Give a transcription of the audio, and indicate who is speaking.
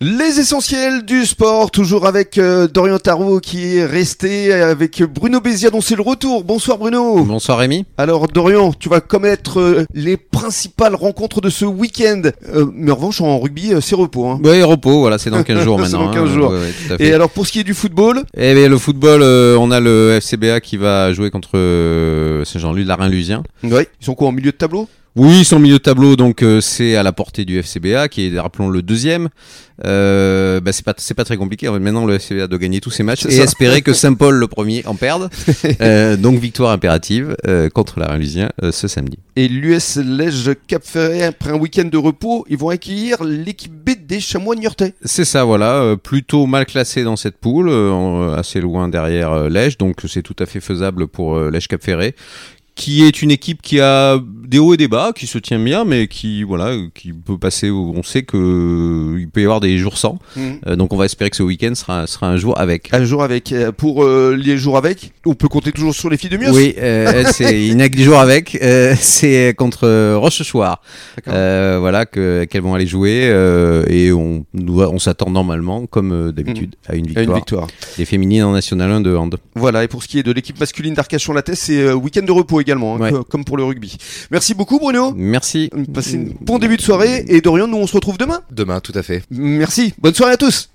Speaker 1: Les essentiels du sport, toujours avec euh, Dorian Tarot qui est resté avec Bruno Bézia dont c'est le retour. Bonsoir Bruno.
Speaker 2: Bonsoir Rémi.
Speaker 1: Alors Dorian, tu vas connaître euh, les principales rencontres de ce week-end. Euh, mais en revanche, en rugby, euh, c'est repos. hein.
Speaker 2: Oui, repos, voilà, c'est dans 15 jours
Speaker 1: C'est dans
Speaker 2: maintenant. hein.
Speaker 1: 15 jours.
Speaker 2: Ouais, ouais, tout à fait.
Speaker 1: Et alors pour ce qui est du football,
Speaker 2: Eh bien, le football, euh, on a le FCBA qui va jouer contre euh, Saint-Jean-Luc, Larin-Lusien.
Speaker 1: ouais, ils sont quoi en milieu de tableau
Speaker 2: Oui, ils sont au milieu de tableau, donc euh, c'est à la portée du FCBA, qui est, rappelons, le deuxième. Euh, bah, c'est pas, c'est pas très compliqué. En fait, Maintenant, le FCBA doit gagner tous ses matchs
Speaker 1: C'est
Speaker 2: et
Speaker 1: ça.
Speaker 2: espérer que Saint-Paul, le premier, en perde. Euh, donc, victoire impérative euh, contre Larin-Lusien euh, ce samedi.
Speaker 1: Et l'US Lège Cap Ferret, après un week-end de repos, ils vont accueillir l'équipe B des Chamois Niortais.
Speaker 2: C'est ça, voilà, euh, plutôt mal classé dans cette poule, euh, en- assez loin derrière euh, Lège, donc c'est tout à fait faisable pour euh, Lège Cap Ferré, qui est une équipe qui a des hauts et des bas, qui se tient bien, mais qui voilà, euh, qui peut passer. au- On sait que euh, il peut y avoir des jours sans, Euh, donc on va espérer que ce week-end sera sera un jour avec.
Speaker 1: Un jour avec. euh, Pour euh, les jours avec, on peut compter toujours sur les filles de Mios.
Speaker 2: Oui, euh, elle, c'est il n'y a que des jours avec. euh, c'est contre euh, Rochechouart.
Speaker 1: D'accord.
Speaker 2: Euh, voilà que qu'elles vont aller jouer euh, et on doit- on s'attend normalement, comme euh, d'habitude, à une
Speaker 1: Il y a
Speaker 2: victoire.
Speaker 1: Une victoire.
Speaker 2: Des féminines en National 1 de hand.
Speaker 1: Voilà, et pour ce qui est de l'équipe masculine d'Arcachon Lattès, c'est euh, week-end de repos également, hein,
Speaker 2: Ouais.
Speaker 1: co- comme pour le rugby. Merci beaucoup Bruno,
Speaker 2: Merci.
Speaker 1: passez un bon début de soirée, et Dorian, nous on se retrouve demain.
Speaker 3: Demain, tout à fait.
Speaker 1: Merci, bonne soirée à tous